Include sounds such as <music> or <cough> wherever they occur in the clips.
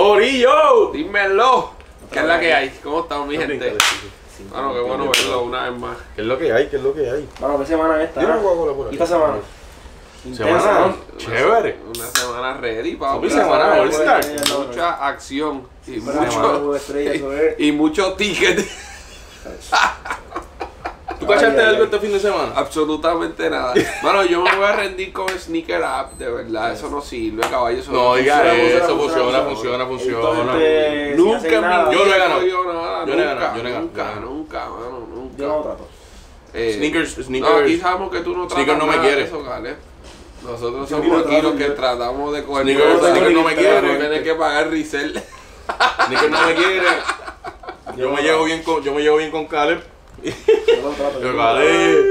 Orillo, dímelo. ¿Qué es la que hay? ¿Cómo estamos, mi gente? Bueno, qué bueno verlo una vez más. ¿Qué es lo que hay? ¿Qué es lo que hay? Mano, ¿qué semana es esta? Dime ah? Coca-Cola por ahí. ¿Y esta semana? Semana, Intensa, ¿no? Chévere. Una semana ready, papi. Papi, semana Semana, All-Star. pues, ya, no, Mucha acción y Semana de mucho, juego de estrellas, eso es. <laughs> y mucho ticket. <laughs> ¿Tú cachaste Ay, ay, algo ay. este fin de semana? Absolutamente nada. Bueno, yo me voy a rendir con Sneaker App, de verdad. Eso no sirve, caballo. Eso No, diga funciona. funciona, eso, funciona, funciona, funciona, Entonces, funciona. este, sin Nunca hacer en mi nada, vida Yo no he ganado. dio nada, Yo no he nunca, ganado, yo no he ganado, nunca, yo no he ganado. nunca, mano, nunca. Yo no trato. Eh, Sneakers, No, aquí sneakers. sabemos que tú no tratas Sneaker no me nada quiere. de eso, Gale. Nosotros Yo ni somos lo aquí trato, los que yo- tratamos de coger Sneaker- cosas. Sneaker no me quiere. Pero tienes que pagar resell. <laughs> Sneaker no me quiere. <laughs> Yo me no llevo bien con, yo me llevo bien con Caleb. Yo no trato. Yo, yo Caleb.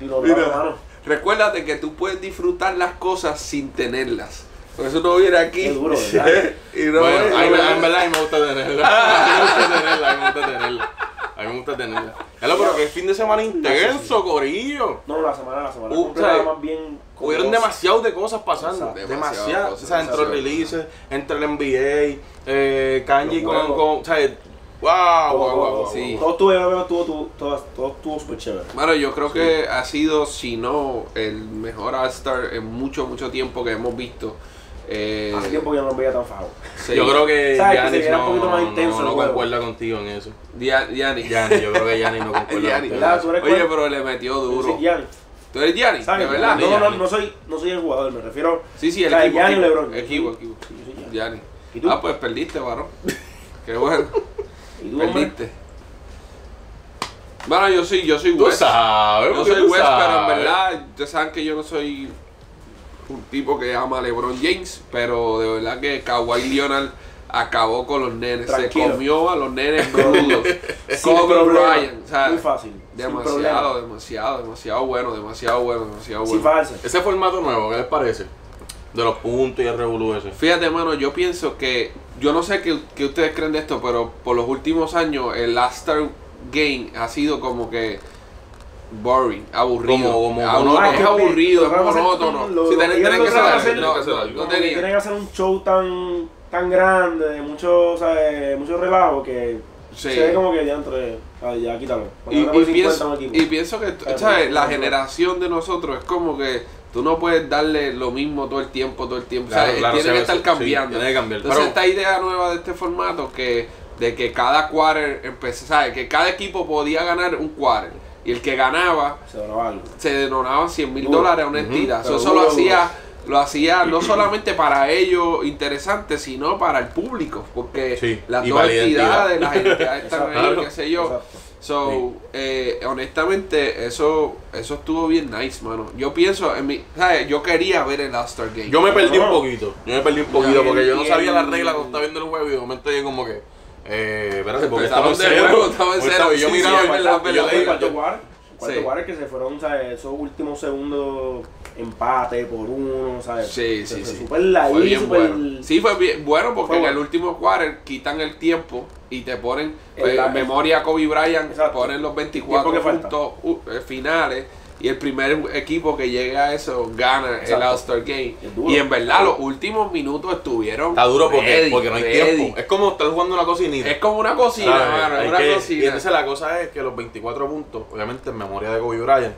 ni lo trato, Mira. mano. Recuérdate que tú puedes disfrutar las cosas sin tenerlas. Por eso no viene aquí. <laughs> Qué duro, ¿verdad? y no Bueno, a mí viene- me- a mí en verdad a mí me gusta tenerla. <laughs> A mí me gusta tenerla, a mí me gusta tenerla. A mí me gusta tenerla. Hello, pero que fin de semana intenso, corillo. No, la semana, la semana. Uh, completa, ¿sabes? más bien. como Hubieron dos. demasiado de cosas pasando. Demasiado Demasiado. O cosas, sea, entre los demasiado. releases, entre el NBA, eh, Kanye Los con, juegos. con. O sea, wow, Todo, wow, wow, todo, wow. todo. sí. Todo estuvo, yo creo que estuvo- estuvo- todo- todo estuvo súper chévere. Bueno, yo creo que ha sido, si no, el mejor All-Star en mucho, mucho tiempo que hemos visto. Eh, Hace tiempo que yo no lo veía tan fajado. sí. Yo creo que ¿Sabes? Que se Giannis viera un no, poquito más no- intenso el no juego. concuerda contigo en eso. Gia- Gianni. <laughs> Giannis, yo creo que Giannis no concuerda Gianni. contigo. ¿Verdad? ¿Tú eres Oye, cuál? pero le metió duro. Sí, Gianni. ¿Tú eres Gianni? ¿Sabes? ¿De verdad? No, no, Gianni. no soy, no soy el jugador, me refiero. Sí, sí, el O sea, equipo. Gianni equipo, LeBron. Equipo, equipo. Yo soy Gianni. Gianni. ¿Y tú? Ah, pues perdiste, <laughs> varón. Qué bueno. ¿Y tú, hombre? perdiste. Bueno, yo sí, yo soy Tú West. sabes, Yo porque soy tú West, pero en sabes. verdad, ustedes saben que yo no soy un tipo que ama a LeBron James, pero de verdad que Kawhi Leonard acabó con los nenes. Se Tranquilo. comió a los nenes brudos. Sin Kobe problema, Bryant, o sea, Muy fácil. sin problema, Demasiado, demasiado, demasiado bueno, demasiado bueno, demasiado Sin bueno. falsa. Ese formato nuevo, ¿qué les parece? De los puntos y el revolú ese. Fíjate, mano, yo pienso que. Yo no sé qué, qué ustedes creen de esto, pero por los últimos años el All-Star Game ha sido como que. Boring, Como- aburrido. como- Ah, como- no, Ah, es que aburrido, es lo que van a hacer- monótono. lo- Si lo tienen que tienen que ellos van a hacer hacer- no, no, no Como que tenían. tienen que hacer un show tan tan grande, de mucho, o sea, de mucho relajo que Sí. se ve como que ya entre, ay, ya quítalo. Y, y Cuando tenemos 50 pienso, un equipo. y pienso que Pero, ¿sabes? la pero- generación de nosotros es como que tú no puedes darle lo mismo todo el tiempo, todo el tiempo. Claro, o sea, eh, claro, tiene sí, que estar sí, cambiando. tiene que cambiar. Entonces, Pero- esta idea nueva de este formato que de que cada quarter empecé, ¿sabes? Que cada equipo podía ganar un quarter. Y el que ganaba se donaba algo. se donaban 100 mil Duro. dólares a una entidad. pero So, eso lo duro, hacía, lo hacía no solamente para ellos interesante, sino para el público. Porque Sí, las y dos para la identidad. entidades, <laughs> las entidades están Exacto. ahí, qué sé yo. Exacto. So, eh, honestamente, eso, eso estuvo bien nice, mano. Yo pienso, en mi, ¿sabes? yo quería ver el All-Star Game. Yo me perdí un No. poquito. Yo me perdí un poquito porque yo no y sabía el- la regla cuando estaba viendo el juego y de momento yo como que. Eh, espérate, porque estamos Empezaron en de cero. nuevo, estamos en Porque cero. estamos- Y yo sí, miraba sí, y me yo la le- pelaba. yo el le- cuarto yo- cuarto Sí. cuarto que se fueron, ¿sabes? esos últimos segundos empate por uno, ¿sabes? Sí, Se sí, fue sí. Súper la Fue bien bueno. Sí, fue bien bueno porque Fue en bueno. el último quarter quitan el tiempo y te ponen El- eh, la- en memoria a Kobe Bryant, Exacto. ponen los 24 Tiempo que falta. puntos uh, eh, finales y el primer equipo que llegue a eso gana el Exacto. All-Star Game. Es duro. Y en verdad los últimos minutos estuvieron Está duro porque, ready, porque no hay ready. tiempo. Es como estar jugando una cocinita. Es como una cocina, ¿Sabes? mano, es Hay una que- Y cocina. entonces la cosa es que los 24 puntos, obviamente en memoria de Kobe Bryant,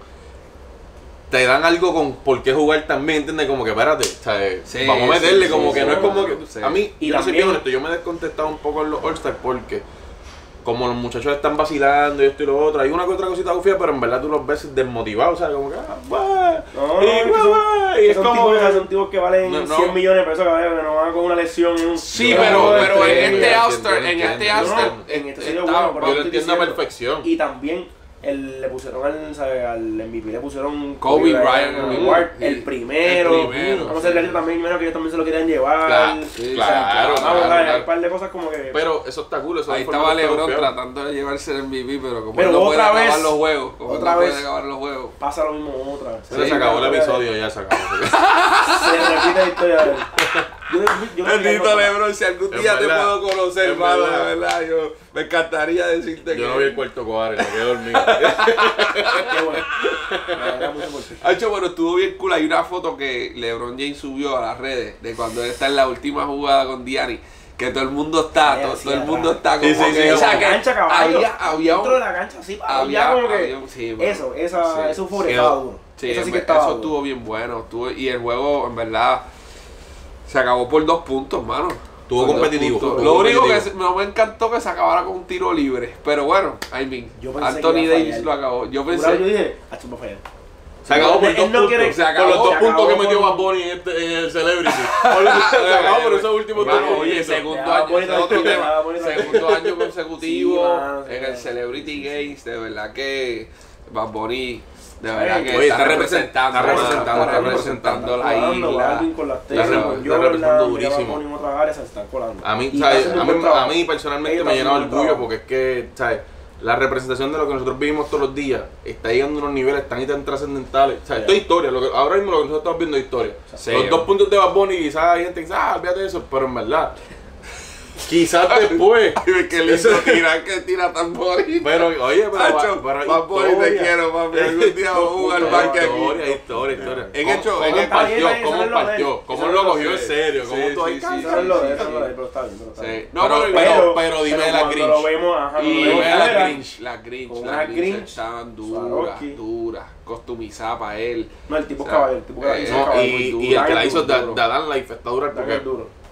te dan algo con por qué jugar también, ¿entiendes? Como que espérate, ¿sabes? Sí, vamos a sí, meterle, sí, como sí, que sí, no es sí. como que. Sí. A mí, Y yo no soy también- bien honesto, yo me he descontestado un poco en los All-Stars porque. Como los muchachos están vacilando y esto y lo otro, hay una que otra cosita gufía, pero en verdad tú los ves desmotivados, ¿sabes? Como que, ah, bah, No, y, no, es que bah, son- bah, y Que es son, como. tipos, que- que- son tipos que valen No, no. 100 millones de pesos cada vez, que no van con una lesión en un... Sí, Yo pero, no pero en entiendo, este yo All-Star, en entiendo, este yo All-Star, entiendo. En este está- sería bueno, pero Yo lo estoy entiendo a diciendo. perfección. Y también el- le pusieron al, ¿sabe? al MVP, le pusieron Kobe Bryant, Kobe el Award, MVP. el primero. El primero, Vamos sí. a hacer también, yo creo que ellos también se lo querían llevar. Claro, sí, claro, Vamos, claro, ¿sabe? claro. Hay un par de cosas como que... Pero eso está cool, eso Ahí es un formato estaba LeBron europeo. tratando de llevarse el MVP, pero como Pero él no puede otra acabar vez, los juegos, como él otra no puede vez. acabar los juegos. pasa lo mismo otra vez. Pero Sí, se acabó el pero- episodio, ya se acabó. <laughs> Se repite la historia. yo no- yo no Bendito tengo- Lebron, si algún Es día te verdad. puedo conocer, Es hermano, verdad. de verdad, yo me encantaría Yo decirte que. no vi el cuarto cuadro, me quedé dormido. Qué bueno. La verdad, mucho por ti. Hacho, bueno, estuvo bien cool. Hay una foto que LeBron James subió a las redes de cuando él está en la última jugada con Diani. Que todo el mundo está, Ay, to- todo, así el atrás. mundo está como Sí, sí, que, sí, o sea, como que cancha, caballo. había, había un- Dentro de la cancha, sí, pa, había- ya como que. había un- sí, bueno. eso, esa, Sí. eso fue un Sí, estaba duro. Sí, eso sí en que ver- estaba eso duro. estuvo bien bueno. estuvo- y el juego, en verdad, se acabó por dos puntos, mano. Estuvo Por dos competitivo, puntos. estuvo Lo único que competitivo. se- no me encantó que se acabara con un tiro libre. Pero bueno, I mean, Yo pensé que Anthony iba a Davis fallar. lo acabó. Yo pensé. Jurado, yo dije, ah, esto va a fallar. <laughs> Se acabó por Él dos no quiere- puntos. por los se acabó, dos se puntos que acabó metió por- Bad Bunny en, este- en el Celebrity. Por los- <laughs> se acabó por esos últimos dos Mano, Vamos, oye, puntos. segundo Ya, año, voy ese es otro tranquilo, tema. ya, voy tranquilo. segundo <laughs> año consecutivo Sí, mano, sí, en el mano. Celebrity Games, de verdad que Bad Bunny, de Sí. verdad que Oye, está está representando, representando, mano, representando, está representando. representando la Colando, isla. Baldwin <laughs> con las La telas, re- con la Jordan, representando mira, durísimo. Bad Bunny en otras áreas se están colando. A mí, Y ¿sabes? está haciendo A, un mí, buen trabajo. a mí Ella personalmente está me llena de haciendo un buen orgullo trabajo. porque es que, ¿sabes? La representación de lo que nosotros vivimos todos los días está llegando a unos niveles tan y tan trascendentales. O sea, esto es historia. Lo que, ahora mismo lo que nosotros estamos viendo es historia. Sí. los dos puntos de Bad Bunny, quizás hay gente que dice, ah, olvídate de eso, pero en <laughs> verdad. quizás después. Qué lindo tirar, que tira tan bonito. Pero, oye, pero. Hacho, pero Bad Bunny, te historia. quiero, papi. Algún día vamos a jugar Historia, parque aquí. Historia, historia, historia. En ¿Cómo- hecho, ¿Cómo en- partió? Está bien, está bien, ¿Cómo eso es lo de él. partió? ¿Cómo Eso es lo lo cogió de en él. serio? ¿Cómo Sí, tú Eh, sí, Eso sí, es lo sí, de- eso sí. es lo de- pero está bien, pero está bien. Sí. No, pero, Pero- pero- pero dime de la cuando Grinch. lo vemos, ajá, cuando Y lo vemos ve la fuera, Grinch, la Grinch, Con la una Grinch, Grinch, estaban duras, Swarovski. duras, customizada para él. No, el tipo O es sea, caballero, el tipo es eh, caballero, no, es caballero. muy y, duro. y el que la Muy hizo duro. da- Dadan Life está dura Está que es porque duro.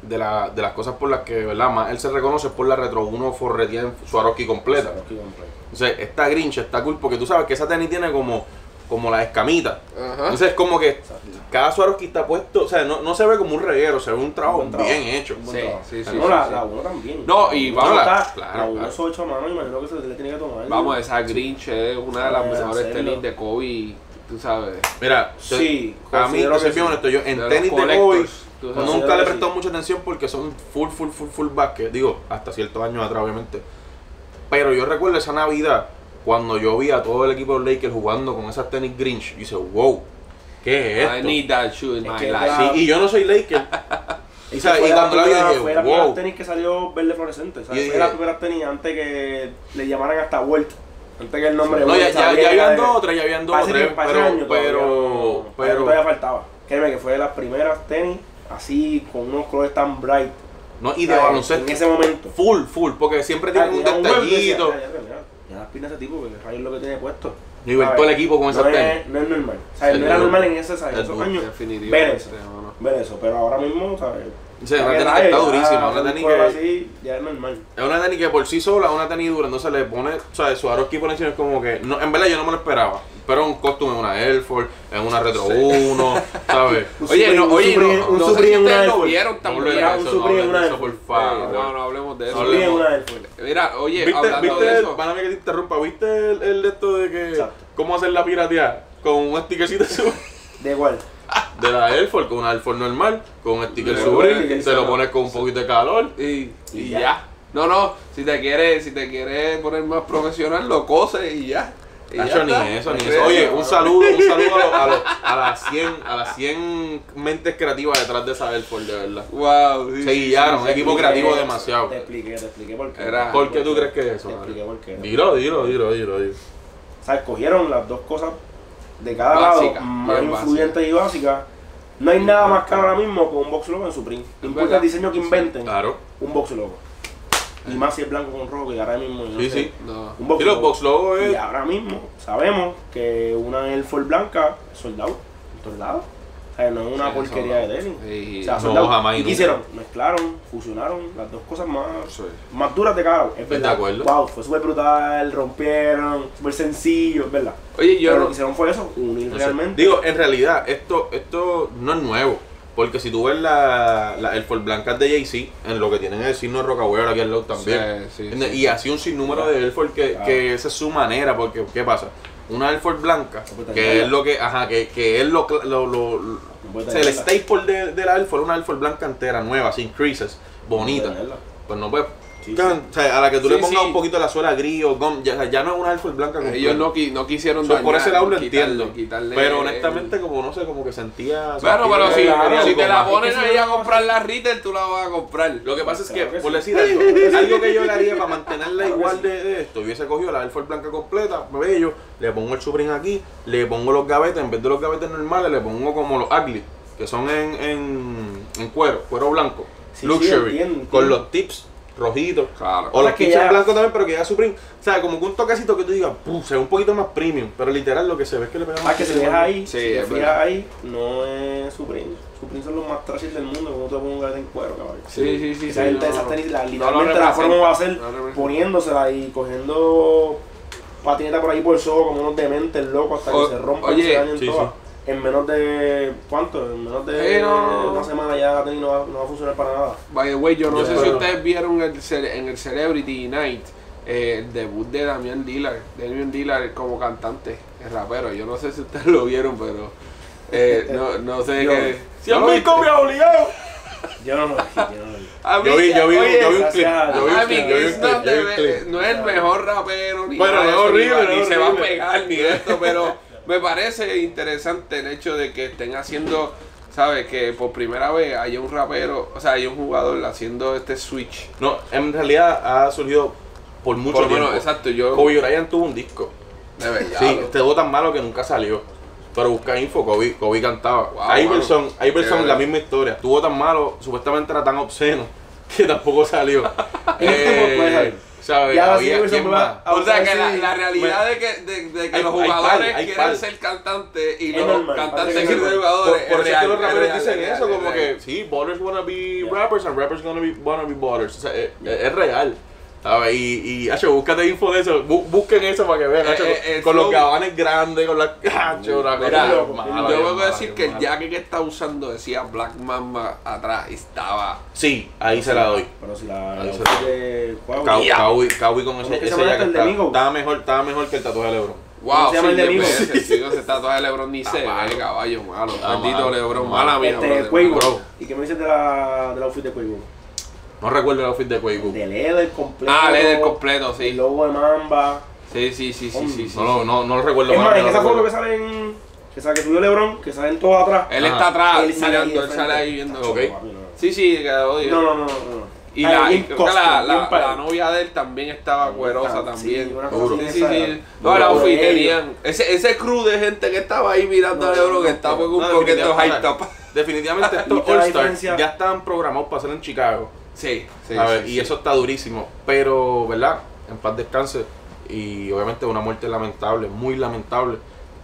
de, la, de las cosas por las que ¿verdad? más él se reconoce es por la retro 1 forretía en Swarovski completa. Entonces, esta Grinch está cool porque tú sabes que esa tenis tiene como, como la escamita. Ajá. Entonces, es como que cada Swarovski está puesto, o sea, no, no se ve como un reguero, se ve un trabajo, Un trabajo. bien hecho. Un Sí, buen trabajo. sí, sí, No, sí, la, sí. la uno también. No, y La vamos uno a- está- claro, La uno claro. es ocho, mano, imagino que se le tiene que tomar. Vamos, esa Grinch es una de las Sí, mejores hacerlo. tenis de Kobe, tú sabes. Mira, Sí, yo- a mí, considero yo soy que bien sí. honesto, yo De en los tenis de Kobe collectors, tú sabes. nunca Considero le he que prestado sí. mucha atención porque son full, full, full, full básquet, digo, hasta ciertos años atrás, obviamente. Pero yo recuerdo esa Navidad cuando yo vi a todo el equipo de los Lakers jugando con esas tenis Grinch. Y dice, wow, ¿qué es I esto? need that shoe in Es my que life. la- Sí, y yo no soy Laker. <laughs> Y, o sea, y cuando la vi dije, fue la wow. primera tenis que salió verde fluorescente. ¿sabes? Y fue dije- la primera tenis antes que le llamaran hasta Walt. Antes que el nombre No, Walt ya, ya, saliera ya habían de- dos o tres, ya habían dos o Para ese tres. tiempo, para ese Pero, año todavía pero, no- pero, Todavía faltaba. Créeme que fue de las primeras tenis así, con unos colores tan bright. no, y de ¿sabes? En baloncesto. ese Ah, momento. Full, full, porque siempre tienen un Ya, ya, ya, detallito. Ya, ya, ya, ya. Ya las piernas de ese tipo, que rayo es lo que tiene puesto. Y ver todo el equipo con esas no tenis. Es, no es normal. O sea, Sí, no era no. normal en ese, ¿sabes? Es esos duro, años. Ver Definitivamente, eso. mano. Ver eso. Pero ahora mismo, ¿sabes? O sea, una Ya tenis rayo, que está ya durísima, una un tenis color que... así, ya es normal. Es una tenis que por sí sola es una tenis dura, entonces le pone, o sea, Swarovski por encima es como que, no, en verdad yo no me lo esperaba, pero es un costume en una Air Force, en una Retro 1, <laughs> ¿sabes? Un Oye, Supreme- no, un oye, Supreme- no, un no sé Supreme si ustedes una lo Air vieron No también. hablen de Era un eso, no Supreme, hablen de una eso, Air por Force. No, favor. no hablemos de eso. No hablemos. Supreme, una Air Force. Mira, oye, ¿Viste, hablando viste de el, eso. páname que te interrumpa, ¿viste el, el de esto de que, Exacto. cómo hacer la pirateada? Con un stickercito azul. De igual. de la Air Force, con una Air Force normal, con un sticker Pero, sobre, oye, se lo eso- pones con un poquito de calor Y, Y y ya. ya. No, no, si te quieres, si te quieres poner más profesional, lo coses y ya. Y ya Nacho, ni está. Pues, eso, ni Sí, eso. Oye, claro. un saludo, un saludo a, los- a, los- a las 100, a las 100 mentes creativas detrás de esa Airport, de verdad. Wow, sí, Se sí, guiaron, sí, sí. equipo creativo demasiado. Te expliqué, te expliqué por qué. Era- ¿Por qué tú crees que es eso, Ah, pues Mario? Te expliqué por qué. Dilo, dilo, dilo, dilo, dilo. O sea, cogieron las dos cosas de cada Básica, lado, más bien influyentes y básicas. No hay nada más caro ahora mismo que un box logo en Supreme. No importa verdad. el diseño que inventen, Claro. un box logo. Y más si es blanco con rojo, que ahora mismo. yo no Sí, sé, sí. No. Un Y box los logo. box logo Y es. ahora mismo sabemos que una Air Force blanca es soldado, en todos lados. O sea, no es una Sí, porquería soldado. de tenis. Sí. O sea, No, soldado. jamás y ¿Y nunca. qué hicieron? Mezclaron, fusionaron las dos cosas más Sí. más duras de cada uno. Es verdad. acuerdo. Wow, fue súper brutal, rompieron, súper sencillo, es verdad. Oye, yo Pero lo no, que hicieron fue eso, unir no sé. realmente. Digo, en realidad, esto, esto no es nuevo. Porque si tú ves la, la Air Force blancas de Jay-Z, en lo que tienen el signo de Rockaware aquí al lado también. Sí, sí, ¿Entiendes? sí. y así un sinnúmero de Air Force que, Claro. que esa es su manera, porque ¿qué pasa? Una Air Force blanca, Puta, que ya. es lo que, ajá, que, que es lo, cl- lo, lo- lo- o sea, el staple de, de la Air Force, una Air Force blanca entera, nueva, sin creases, bonita. Pues no puedes sí, Can, o sea, a la que tú Sí, le pongas sí. un poquito de la suela gris o gum, ya, o sea, ya no es una alfa blanca. completa. Ellos no, qui- no quisieron So, por ese lado lo quitarle- entiendo. quitarle pero el- honestamente, como no sé, como que sentía. Bueno, sentía pero si, algo Claro, si te la más. ponen Es que ahí si no- a comprar la Ritter, tú la vas a comprar. Lo que pasa es que, Claro que por sí. decir algo, algo que yo le haría para <laughs> mantenerla Claro que igual sí. de, de esto, hubiese cogido la Alfa blanca completa, bello, le pongo el Supreme aquí, le pongo los gavetes, en vez de los gavetes normales, le pongo como los Agli, que son en, en, en cuero, cuero blanco, Sí, sí, luxury, entiendo, con entiendo. los tips rojitos. Claro. O O sea, los que tips ya- en blanco también, pero que ya Supreme, o sea, como que un toquecito que tú digas, "Puh, se ve un poquito más premium, pero literal lo que se ve es que le pegamos Ah, que se deja Sí, ahí, si te es fijas verdad. ahí, no es Supreme. Supreme son los más trashes del mundo, como te pones un garete en cuero, cabrón. Sí, sí, sí. Esa sí, gente, no, esas no. tenis, la, No lo literalmente la representa, forma va a ser no lo representa. poniéndosela y cogiendo patineta por ahí por el soco como unos dementes locos hasta O- que se rompan oye, se dañen sí, todas. En menos de. ¿Cuánto? En menos de Sí, no. una semana ya la tenis no va, no va a funcionar para nada. By the way, yo no Yo sé si espero. ustedes vieron el cele- en el Celebrity Night eh, el debut de Damian Dillard, Damian Dillard como cantante, el rapero. Yo no sé si ustedes <laughs> lo vieron, pero eh, no, no sé Yo- qué. ¡Cien ¿No lo mil viste? copias obligado! Yo no lo vi, yo no lo vi. A mí- Yo vi, yo vi, oye, yo vi un gracias clip, a yo vi I un Dios. clip, mean, yo vi un it's not clip, yo vi the un be- clip. no es el mejor rapero ni Bueno, nada de es eso, ni horrible, va- es ni, se va a horrible. pegar ni esto, pero me parece interesante el hecho de que estén haciendo, sabes, que por primera vez haya un rapero, o sea, hay un jugador haciendo este switch. No, en realidad ha surgido por mucho Por lo tiempo. menos, exacto, yo Kobe Bryant tuvo un disco. de verdad. Sí, loco. este dúo tan malo que nunca salió. Pero busca info, Kobe, Kobe cantaba. Wow, Hay Iverson, mano. Iverson, Qué la verdad. misma historia. Estuvo tan malo, supuestamente era tan obsceno, <laughs> que tampoco <laughs> salió. Eh, Este fue Player. ¿Sabes? Y ahora sí, Había, Iverson ¿quién va- más? Ah, O sea o sea, que la, sí. la realidad de que, de, de que Hay- los hay par, jugadores hay quieren par. ser cantantes y Es los normal, cantantes parece que quieren es ser normal. jugadores. Por, por eso es que los real, raperos real, dicen real, eso, es como real. que sí, ballers wanna be Yeah. rappers and rappers gonna be, wanna be ballers. O sea, es, es real. ¿Sabes? Y, y hacho, búscate info de eso. Bu- busquen eso para que vean, Eh, hacho, eh, con- el con los flow. gabanes grandes, con <laughs> las hacho, una Mira, cosa yo mala, Yo vengo bien vengo a mala, decir bien que el mala. jacket que está usando decía Black Mamba atrás y estaba. Sí, ahí se la doy. Pero si la. la Ahí se outfit de Cuau- Cau- Ya. Cowboy Cowboy con ¿Cómo ese, que se ese llama jacket este, el de estaba- Migos? estaba mejor, estaba mejor que el tatuaje de Lebron. Wow, se sí, llama el de <laughs> Migos? ese chico se está toda Lebron ni se malo. ve, caballo malo. Está Bendito malo. Lebron, Está mala malo. mía. Este, brother, Quavo. mala. ¿Y qué me dices de la, de la outfit de Quavo? No recuerdo el outfit de Quavo. De leather completo. Ah, del completo, El sí. logo de Mamba. Sí, sí, sí, sí, sí, sí. No, lo- no, no lo recuerdo. es mano, más, no en lo esa foto que recuerdo. sale en. Que sale que subió LeBron, que salen todos atrás. Él Ajá. está atrás Él sale ahí de mirando, él sale frente. ahí viendo. Ok. Papi, no. Sí, sí, que odio. No, no, no, no, no. Y Ay, la, bien y creo que costo, la, bien la, padre. la novia de él también estaba cuerosa Ah, sí, también. una Duro. cosa Sí, así sí, esa sí. era. No, el Duro. outfit Bello. tenían. Ese, ese crew de gente que estaba ahí mirando a No, Lebron no, que no, estaba con No, un coqueto definitivamente- high top. <laughs> Definitivamente Y estos te da All-Stars diferencia. ya estaban programados para ser en Chicago. Sí, sí. A ver, sí, y sí. eso está durísimo. Pero, ¿verdad? En paz descanse. Y obviamente una muerte lamentable, muy lamentable.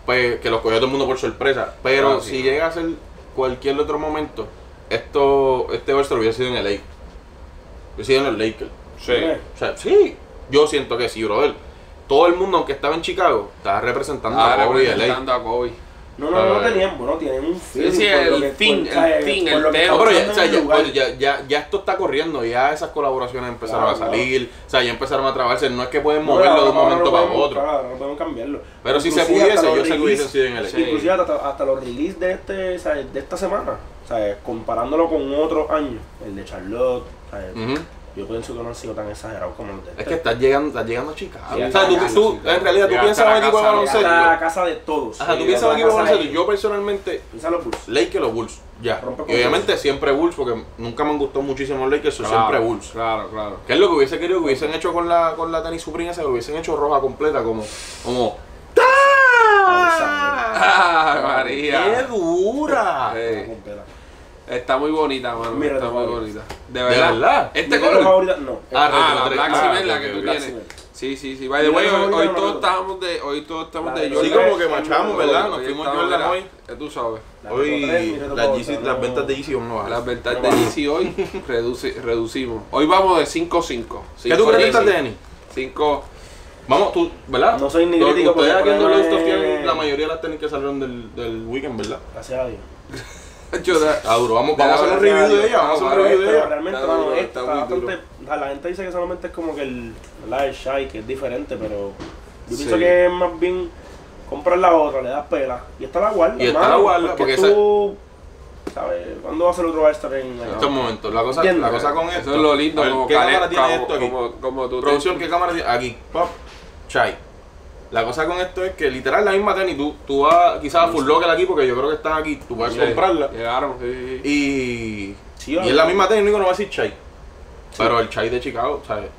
Pues, que los cogió todo el mundo por sorpresa. Pero Ah, sí. si llega a ser cualquier otro momento, esto, este All-Star hubiera sido en el LA. Hubiera sido en los Lakers. Sí. O sea, sí. Yo siento que sí, brother. Todo el mundo, aunque estaba en Chicago, estaba representando Ahora a Kobe y LA. representando a Kobe. No, no, no, Ah, no tenían, bueno, tienen un Sí, film. sí, por lo el que- fin, por- ¿sabes? el fin, Por el lo que tema. No, Eh, pero ya, están o sea, en un ya, lugar. bueno, ya, ya, ya esto está corriendo, ya esas colaboraciones empezaron Claro, a salir, o sea, ya empezaron a trabarse, no es que pueden No, moverlo de un ahora no momento lo para podemos otro. buscar, ahora no podemos cambiarlo. Pero si se Inclusive pudiese, hasta los yo sé que release- hubiese sido en el E. Sí. Inclusive hasta, hasta los releases de este, ¿sabes? de esta semana, ¿sabes? comparándolo con otros años, el de Charlotte, ¿sabes? Ujú. yo pienso que no han sido tan exagerados como los de este. Es que estás llegando, estás llegando a Chicago. Sí, o sea, tú, ya, tú- ya, en realidad tú ya piensas está en la el equipo de casa, baloncesto. Está la Ajá, casa de todos. tú Sí, piensas en la el equipo de casa de baloncesto. ellos. Yo personalmente, Piensa los Bulls. Lakers o Bulls, ya. Rompe con Y obviamente siempre Bulls, porque nunca me han gustado muchísimo los Lakers, son siempre Bulls. Claro, claro. ¿Qué es lo que hubiese querido que hubiesen hecho con la, con la tenis Supreme esa? Que lo hubiesen hecho roja completa, como. como ¡Ah! ¡Ah, María! dura! Sí. Completa. Está muy bonita, mano. Mira, está tu muy favorita. bonita. De verdad. verdad? Este Mi color color. favorito, no. Ah, Ah, la Retro Black tres. Cement, Ah, la que ok, tú ok. tienes. Black Sí, sí, sí. By the way, Mira, hoy, no, hoy no, no, todos no. estábamos de, hoy todos estamos La de de Sí, Jordan. como que machamos, ¿verdad? Nos Hoy fuimos estamos, Jordan mira, hoy. ya Tú sabes. La Hoy Retro tres, mi Retro las, cuatro, GC no. las ventas de Yeezy van a bajar. Las ventas de Pero va. DC hoy <laughs> reduci- reducimos. Hoy vamos de 5 5. ¿Qué tú crees de estas tenis? 5. Vamos, tú, <laughs> ¿verdad? No soy ni Tú- crítico, Ustedes aquí porque en por ahí Dolores no Store es- tienen la mayoría de las tenis que salieron del, del weekend, ¿verdad? Gracias a Dios. Está Ah, duro, vamos, Ya, vamos a hacer un gracias review de a Dios. ella, vamos a hacer un Vamos a review ver, de Pero ella. realmente, Está mano, duro, esta está está muy bastante. La gente dice que solamente es como que el. La de Shy, que es diferente, pero. Sí. Yo pienso que es más bien. Comprar la otra, le das pela. Y esta la guarda. Y esta la guarda, porque tú. ¿Sabes? ¿Cuándo va a ser otro All-Star en En la estos momentos. La cosa, Entiendo. la cosa con esto. Eso es lo lindo, A ver, como, ¿Qué calen- cámara tiene como, esto aquí? como- como tú te- Producción, ¿qué cámara tiene? Aquí, pop, chai. La cosa con esto es que literal la misma tenis, tú, tú vas quizás a Full Locker aquí, porque yo creo que están aquí, tú puedes Sí, comprarla. Pues Llegaron, sí, sí, sí. Y, Sí, y oye. es la misma técnica, no va a decir chai. Pero el chai de Chicago, ¿sabes?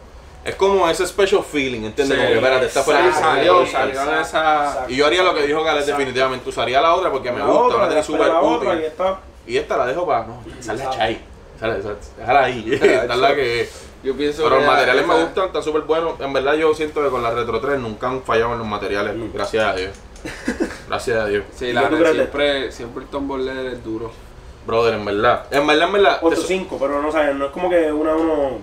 Es como ese special feeling, ¿entiendes? Sí, Como que, espérate, está por Salió, ahí. salió, salió, salió esa. Exacto. Y yo haría lo que dijo Gales, Exacto. definitivamente. Usaría la otra porque me La gusta, otra, una tenis después super la otra, y útil. está. Y esta la dejo para. No, sale la Exacto. chai. Sale, sale, déjala <laughs> ahí. Esta es la que. Yo pienso Pero los que- materiales me esa- gustan, están súper buenos. En verdad, yo siento que con la Retro 3 nunca han fallado en los materiales. Mm. Gracias a <laughs> Dios. Gracias a Dios. Sí, ¿Y la qué tú neta, crees de- siempre, siempre el tombolero es duro. Brother, en verdad. En verdad, en verdad. te so- 8-5, pero no sabes, no es como que una uno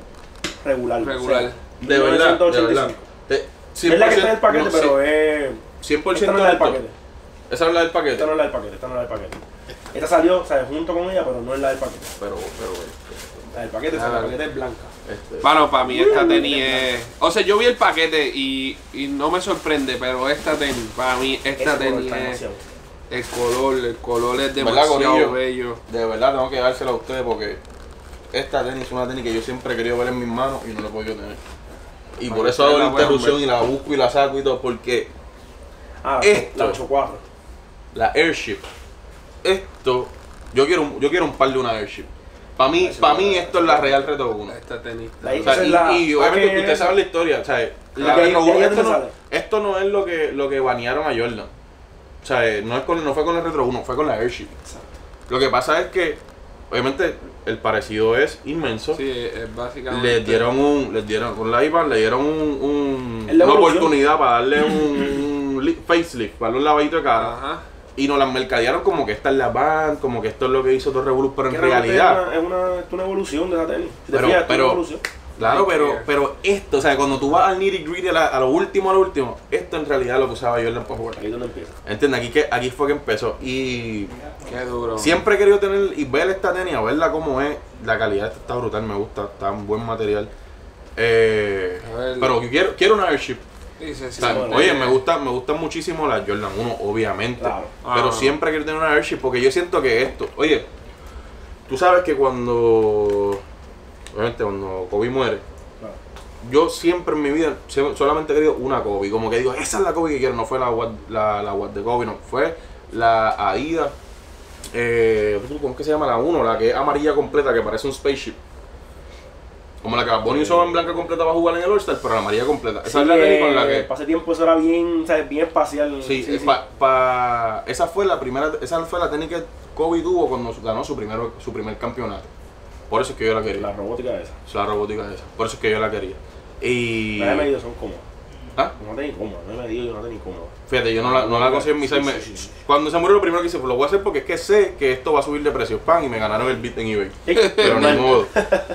regular. Regular. o sea, De verdad. De verdad. 1985. Te- Es la que está en el 100%, paquete, no, pero es. sí, 100% Esta no es la del esto. paquete. Esa es la del Esta no paquete. es la del paquete, esta no es la del paquete. Esta salió, o sea, junto con ella, pero no es la del paquete. Pero, pero, este, La del paquete, o Ah, sea, la vale. paquete es blanca. este, Bueno, para mí esta tenis es... O sea, yo vi el paquete y, y no me sorprende, pero esta tenis, para mí esta Ese color tenis está es... demasiado. El color, el color ¿Verdad, es demasiado Corillo? bello. este, de verdad, tengo que dársela a ustedes porque esta tenis es una tenis que yo siempre he querido ver en mis manos y no la he podido tener. Y Para por que eso hago la ustedes la puedan interrupción y la busco y la saco y todo, porque Ah, Esto. la 8-4. la airship. Esto, yo quiero, un- yo quiero un par de una airship. Para mí, para mí esto es la real reto 1. Esta tenis. La O sea, Esa es y, la- y obviamente la que- ustedes saben la historia, o sea, la que- Retro de ahí Uno, es esto, donde no, sale. esto no es lo que, lo que banearon a Jordan. O sea, eh, no, es con, no fue con el Retro 1, fue con la Airship. Lo que pasa es que, obviamente, el parecido es inmenso. Sí, es básicamente... Les dieron un, les dieron, con la IVA, le dieron un, un- Es la una evolución. oportunidad para darle <laughs> un, un li- facelift, para darle un lavadito de cara. Ajá. Y nos las mercadearon como que esta es la band, como que esto es lo que hizo todo Revolution, pero en realidad. Es una, es una, es una evolución de esa tenis. Si te Pero- fijas, es pero- una evolución. Claro, pero, pero esto, o sea, cuando tú vas al nitty gritty, a, la- a lo último, a lo último, esto en realidad es lo que usaba Jordan para jugar. Ahí es donde empieza. ¿Entiendes? Aquí, que, aquí fue que empezó. Y Qué duro. siempre he querido tener y ver esta tenis, a verla cómo es. La calidad está, está brutal, me gusta, está un buen material. Eh, A ver. pero quiero, quiero una airship. Dice, sí, O sea, bueno, oye, eh, me gusta, me gustan muchísimo las Jordan 1, obviamente. Claro. Pero Ah. siempre quiero tener una airship porque yo siento que esto. Oye, tú sabes que cuando. Obviamente, cuando Kobe muere, Claro. yo siempre en mi vida se- solamente he querido una Kobe. Como que digo, esa es la Kobe que quiero. No fue la Watt la, la Watt de Kobe, no. Fue la Adidas. Eh, ¿Cómo es que se llama la 1? La que es amarilla completa, que parece un spaceship. Como la que Bonnie usó en blanca completa para jugar en el All-Star, pero la amarilla completa. Esa es la que tenis con la que. Pasé tiempo, eso era bien, ¿sabes? Bien espacial. eh, Sí, eh, pa- pa- esa fue la primera, esa fue la técnica que Kobe tuvo cuando ganó su primero, su primer campeonato. Por eso es que yo la quería. La La, robótica esa. robótica esa. Por eso es que yo la quería. Y Las he medido son cómodas. ¿Ah? No tenía cómoda, no he medido, yo no tenía cómoda. fíjate, yo no la, no la conseguí en mi Sí, size. sí, Me- sí, sí. Cuando se murió lo primero que hice fue lo voy a hacer porque es que sé que esto va a subir de precio. Pan y me ganaron el beat en eBay. <laughs> Pero ni modo.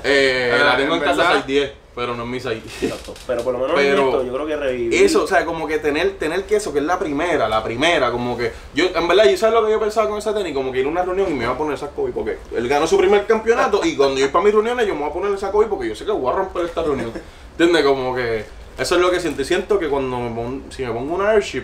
Eh, Ah, la tengo en en casa verdad. 610, pero no en mi 6. Exacto. Pero por lo menos en Pero- esto, yo creo que reviví. Eso, o sea, como que tener, tener que eso, que es la primera, la primera, como que. Yo, en verdad, yo sabes lo que yo pensaba con esa tenis, como que ir a una reunión y me iba a poner esa Kobe, porque él ganó su primer campeonato y cuando yo ir para mis reuniones, yo me voy a poner esa Kobe porque yo sé que voy a romper esta reunión. ¿Entiendes? Como que. Eso es lo que siento. Y siento que cuando me pongo, si me pongo una airship,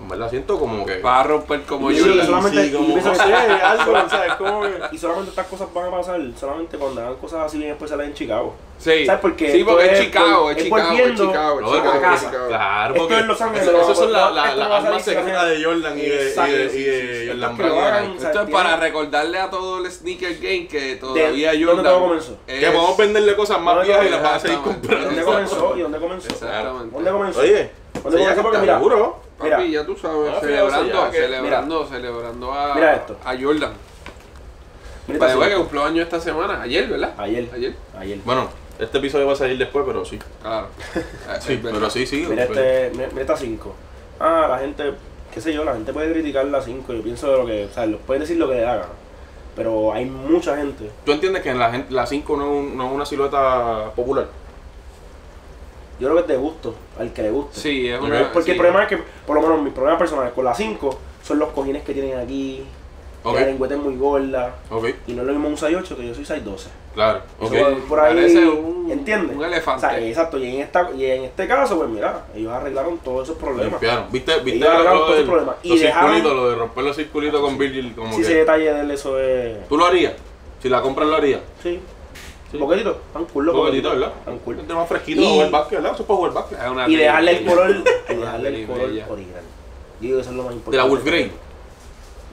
en verdad siento como que. Va a romper como Sí, yo. sí, solamente- como, no sé, algo, ¿sabes? Como que. Y solamente estas cosas van a pasar solamente cuando hagan cosas así bien especiales en Chicago. Sí. ¿Sabes por qué? Sí, porque Esto es es Chicago, por- es es Chicago, es volviendo Chicago, es Claro, Chicago, a es casa. Chicago. Claro, Esto porque en Los Ángeles esas- lo esas son vamos a- la- la- esto las va a salir armas secretas de Jordan y de, y Exacto, de, sí, y sí, de sí. Jordan Esto es que lo Brand. hagan, Esto es Tiene- para recordarle a todo el sneaker game que todavía ¿dónde Jordan todo comenzó? es- Que vamos a venderle cosas No, más no, viejas y no, las van a seguir exactamente. comprando. ¿Dónde Exacto. comenzó? ¿Y dónde comenzó? Exactamente. ¿Dónde comenzó? Oye, ¿Dónde comenzó? Porque mira, seguro. Papi, Mira. ya tú sabes, Ah, fíjate, celebrando, ya que- celebrando, celebrando a, Mira esto. a Jordan. mira Para que esta cumplió año esta semana, ayer, ¿verdad? Ayer. Ayer, Ayer. Bueno, este episodio va a salir después, pero sí. <laughs> claro. Eh, Sí, Es verdad. pero sí, pues. sí. Mira, pero- este, mira, mira esta 5. Ah, la gente, qué sé yo, la gente puede criticar la 5. Yo pienso de lo que, o sea, los pueden decir lo que le hagan. Pero hay mucha gente. ¿Tú entiendes que en la gente- la 5 no, es un- no es una silueta popular? Yo creo que es de gusto, al que le guste. Sí, es Ok, una. Porque sí. el problema es que, por lo menos mis problemas personales con la 5 son los cojines que tienen aquí, Ok. La lengüeta es muy gorda. Ok, Y no es lo mismo un 6'8 que yo soy 6'12. claro. Ok. Eso va por ahí, Parece un- ¿entiendes? un elefante. O sea, exacto, y en, esta, y en este caso, pues mira, ellos arreglaron todos esos problemas. Limpiaron. ¿Viste, viste Ellos arreglaron lo todos del- sus problemas. Y los dejaron- circulitos, lo de romper los circulitos con Virgil? Como Ah, Sí, que, ese detalle de él, eso es... ¿Tú lo harías? Si la compras, lo harías. Sí. Boquetito, tan cool los Juguetito, boquetitos, ¿verdad? Tan cool. Es más fresquito Y- para jugar básquet, ¿verdad? Eso es para jugar básquet. Es una Y dejarle el trivia. color, y dejarle el Una color trivia. original. Yo digo que eso es lo más De importante. la Wolf Grey.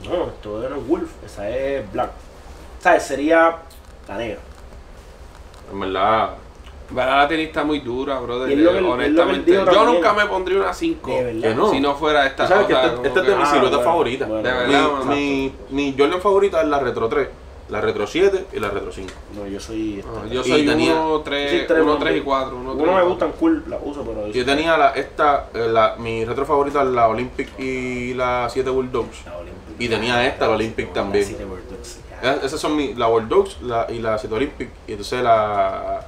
No, esto no es Wolf, esa es Black. O sea, sería la negra. En verdad. ¿Verdad? La tenis está muy dura, brother. Y es lo que- eh, es lo que él honestamente. dijo Yo también. nunca me pondría una 5. De verdad. Que no. Si no fuera esta. Tú sabes que o sea, este- como esta es de que- mis Ah, siluetas bueno, favoritas. bueno. De Mi- verdad, mano. mi, mi Jordan favorita es la Retro 3, la Retro 7 y la Retro 5. No, yo soy. esta. Ah, Yo Yo Y soy tenía- 1, 3, soy tres, 1, ¿no? 3 y 4. 1, 3 Uno me gustan cool, la uso, pero. Yo tenía la, esta, eh, la, mi retro favorita la Olympic y la 7 Bulldogs. La Ah, Olympic. Y tenía esta, la Olympic No, también. la City World Dogs, ya. Eh, Esas son mi, la Bulldogs la, y la 7 Olympic. Y entonces la,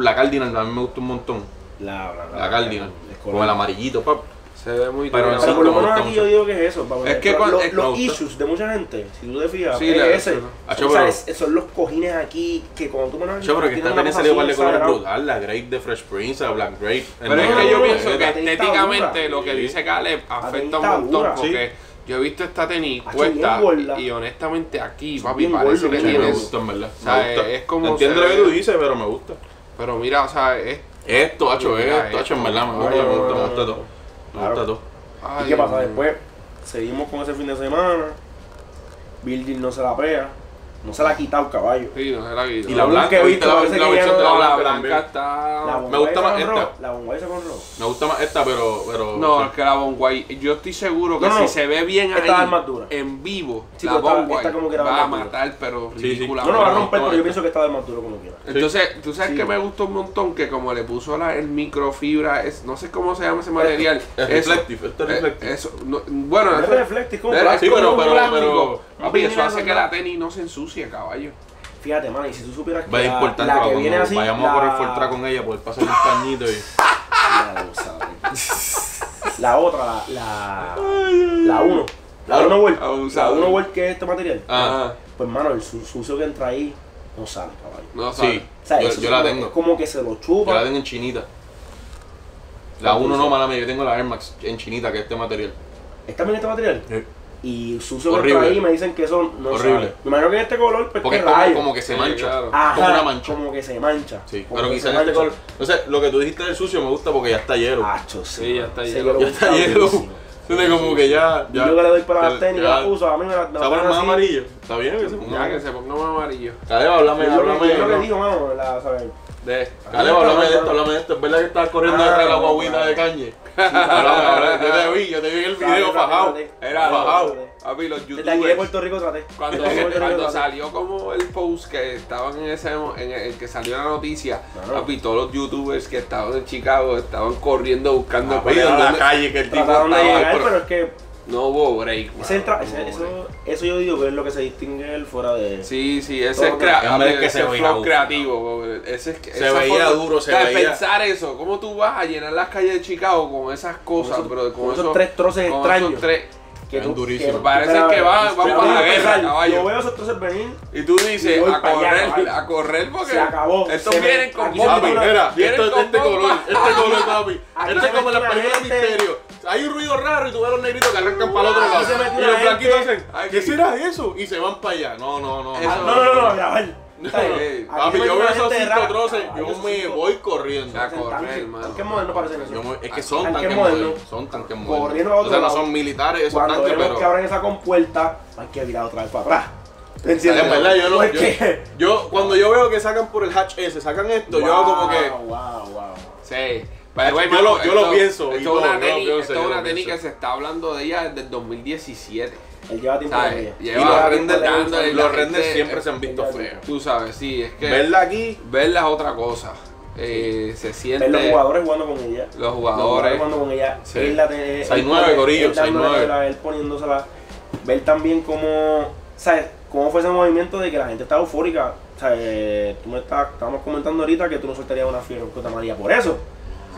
la Cardinal a mí me gusta un montón. La, La Cardinal, es con el amarillito, pap. Se ve muy Pero dura. Pero por lo Como menos estamos aquí yo aquí. digo que es eso. papá. Es que Pero cuando- los, es- los me gusta. issues de mucha gente, si tú te fijas, Sí, es la- ese. sí, no. Ah, Son, yo, pero- o sea, es- son los cojines aquí que cuando tú manejas. Yo, pero que tiene esta una tenía cosa salido así par de colores exagerada. brutal. La Grape de Fresh Prince, la Black Grape. Pero el es negro, que yo eh, pienso que eh, tenis está estéticamente dura. lo que Sí. dice Caleb afecta un está dura. montón. Porque yo he visto esta tenis Hacho, bien puesta gorda. y honestamente aquí, Sí, papi, bien parece gordo, que sí, me tienes. gusta, en verdad. o sea, me gusta. es como Entiendo se lo que ve. tú dices, pero me gusta. Pero mira, o sea, es. Esto, hacho, Mira esto, hacho, en esto. verdad, me Ay, gusta, me no, gusta, no, me no, gusta no. todo. Me Claro. gusta todo. ay, ¿Y qué pasa? Dios mío. Después seguimos con ese fin de semana. Virgil no se la pega. No se la ha quitado caballo. Sí, no sé la vida. Y la Lo blanca, que he ¿viste? visto, La, la parece que versión ya de la no- No, la blanca blanca también. está. Me gusta más bomba esa con esta. rojo, La bomba esa con rojo. Me gusta más esta, pero... pero No, es que la Bon White, yo estoy seguro que No, no, si no. se ve bien Esta ahí, es más dura. en vivo, Sí, la pero esta- Bon esta White como que era va a más dura. matar, pero Sí, sí. ridícula. No, no va a no, romper, no, pero esta. yo pienso que está de más duro como quiera. Entonces, tú sabes Sí. que me gustó un montón que como le puso la, el microfibra, es, no sé cómo se llama ese material. Es eso, reflective, esto es eh, reflective. eso, no, bueno, este Es eso- reflecto, es como era- este sí, es como pero- un pero- plástico. pero- Papi, eso Mira, hace no, que no. la tenis no se ensucie, caballo. Fíjate, man, y si tú supieras que Va a ser la, importante la que cuando viene así. vayamos la... a correr Fortra con ella, poder pasar un pañito y... La gozada. La otra, la. La, la uno. La uno vuelta. La Abusador. uno vuelta que es este material. Ah, Pues, mano, el su- sucio que entra ahí no sale, caballo. No sí. sabe. O sea, Yo, eso yo es la como- tengo. Es como que se lo chupa. Yo la tengo en chinita. Ah, La ¿Cuánto 1 no, dice? mala mía, yo tengo la Air Max en chinita, que es este material. ¿Está bien este material? Eh, Y sucio que Horrible. entra ahí me dicen que eso no Horrible. sale. Me imagino que este color, pues, Porque ¿qué es como, rayo? como que se Sí, mancha. claro. Ajá, como una mancha. Como que se mancha. Sí, Como pero que quizás se este mancha. Ah, color. No sé, lo que tú dijiste del sucio me gusta porque ya está hielo. Hacho, sí. Sí, ya está Ese hielo. color <laughs> ya está está hielo. durísimo. Entonces, como que ya. Y ya yo que le doy para las ya- tenis, ya- la uso, a mí me la, Se va me la a poner ponen más así. amarillo. Está bien, que se ponga Ya que amarillo. se ponga más amarillo. Caleb, háblame, Yo lo que, yo lo que háblame. digo, mano, la, ¿sabes? De Caleb, háblame de esto, háblame de esto. Es verdad que estabas corriendo Ah, detrás de la no, guaguita claro. de Kanye. <laughs> Háblame, háblame. Yo te vi, yo te vi en el video fajado. Era fajado. Papi, los Desde aquí de youtubers. Puerto Rico traté. Cuando, Desde aquí de Puerto Rico cuando traté. salió como el post que estaban en ese en el que salió la noticia, Claro. papi, todos los youtubers que estaban en Chicago estaban corriendo buscando Ah, Papi, cuál era en la dónde- calle que el tipo Trataron de estaba. llegar, pero- pero es que No hubo break. ese mano, entra- no ese- hubo break. eso, eso yo digo que es lo que se distingue él fuera de... Sí, sí, ese Todo es, lo que- crea- Hombre, papi, es que ese se flow veía, creativo. papi, Ese es que- Se esa veía forma- duro, se o sea, veía. Pensar eso, cómo tú vas a llenar las calles de Chicago con esas cosas, esos- bro, con, con esos esos tres troces con extraños. esos tres- que Están durísimos. tú Parece sabes, que va- van yo te para voy la a guerra, empezar, caballo. Yo veo esos troces venir Y tú dices, Y voy a pa' allá, correr, caballo. a correr porque Se acabó. estos Se me- vienen con aquí se bomba. Papi, Ah, mira, Vienen esto es de con este bomba. color, este color, papi. <laughs> Aquí Esto se es como en las mezcla películas de gente. misterio. Hay un ruido raro y tú ves a los negritos que arrancan para el otro Aquí se lado. mezcla Y los gente. blanquitos hacen, Aquí. ¿qué será eso? Y se van para allá. No, no, no. Eso- No, no, no, no, a grabar. No, ¿Sabes? no. Aquí Papi, me yo veo metió una esos gente cinco rara. troces, Ah, yo esos me cinco- voy corriendo. A correr, tanques- mano. tanques modernos parecen eso. Yo me- es que son Tanques tanques modernos. modernos. Son tanques Corriendo a modernos. otro O sea, no lado. son militares esos Cuando tanques, vemos que pero. abren esa compuerta, hay que virar otra vez para atrás. ¿Te En entiendes? verdad, yo no. ¿Por Yo, qué? yo- cuando yo veo que sacan por el hatch ese, sacan esto, yo hago como que. Wow, wow, wow. Sí. Yo lo- yo lo pienso y todo, Esto es yo una lo tenis, pienso, esto yo es lo una tenis pienso. que se está hablando de ella desde el 2017. Él lleva tiempo ¿Sabes? con ella. Lleva Y los Ahora renders, mismo le gusta los la renders gente- siempre se han visto Ella- feos. Tú sabes, sí, es que Verla aquí. verla es otra cosa. Eh, Se siente Ver los jugadores jugando con ella. los Los jugadores. jugando con ella. Sí. Él la tiene- Seis él nueve, pone- corillo, él dándole seis nueve. la- Él poniéndosela. Ver también cómo, ¿sabes? Cómo fue ese movimiento de que la gente estaba eufórica. ¿Sabes? Tú me estás, estábamos comentando ahorita que tú no soltarías una fiebre en Cota María por eso.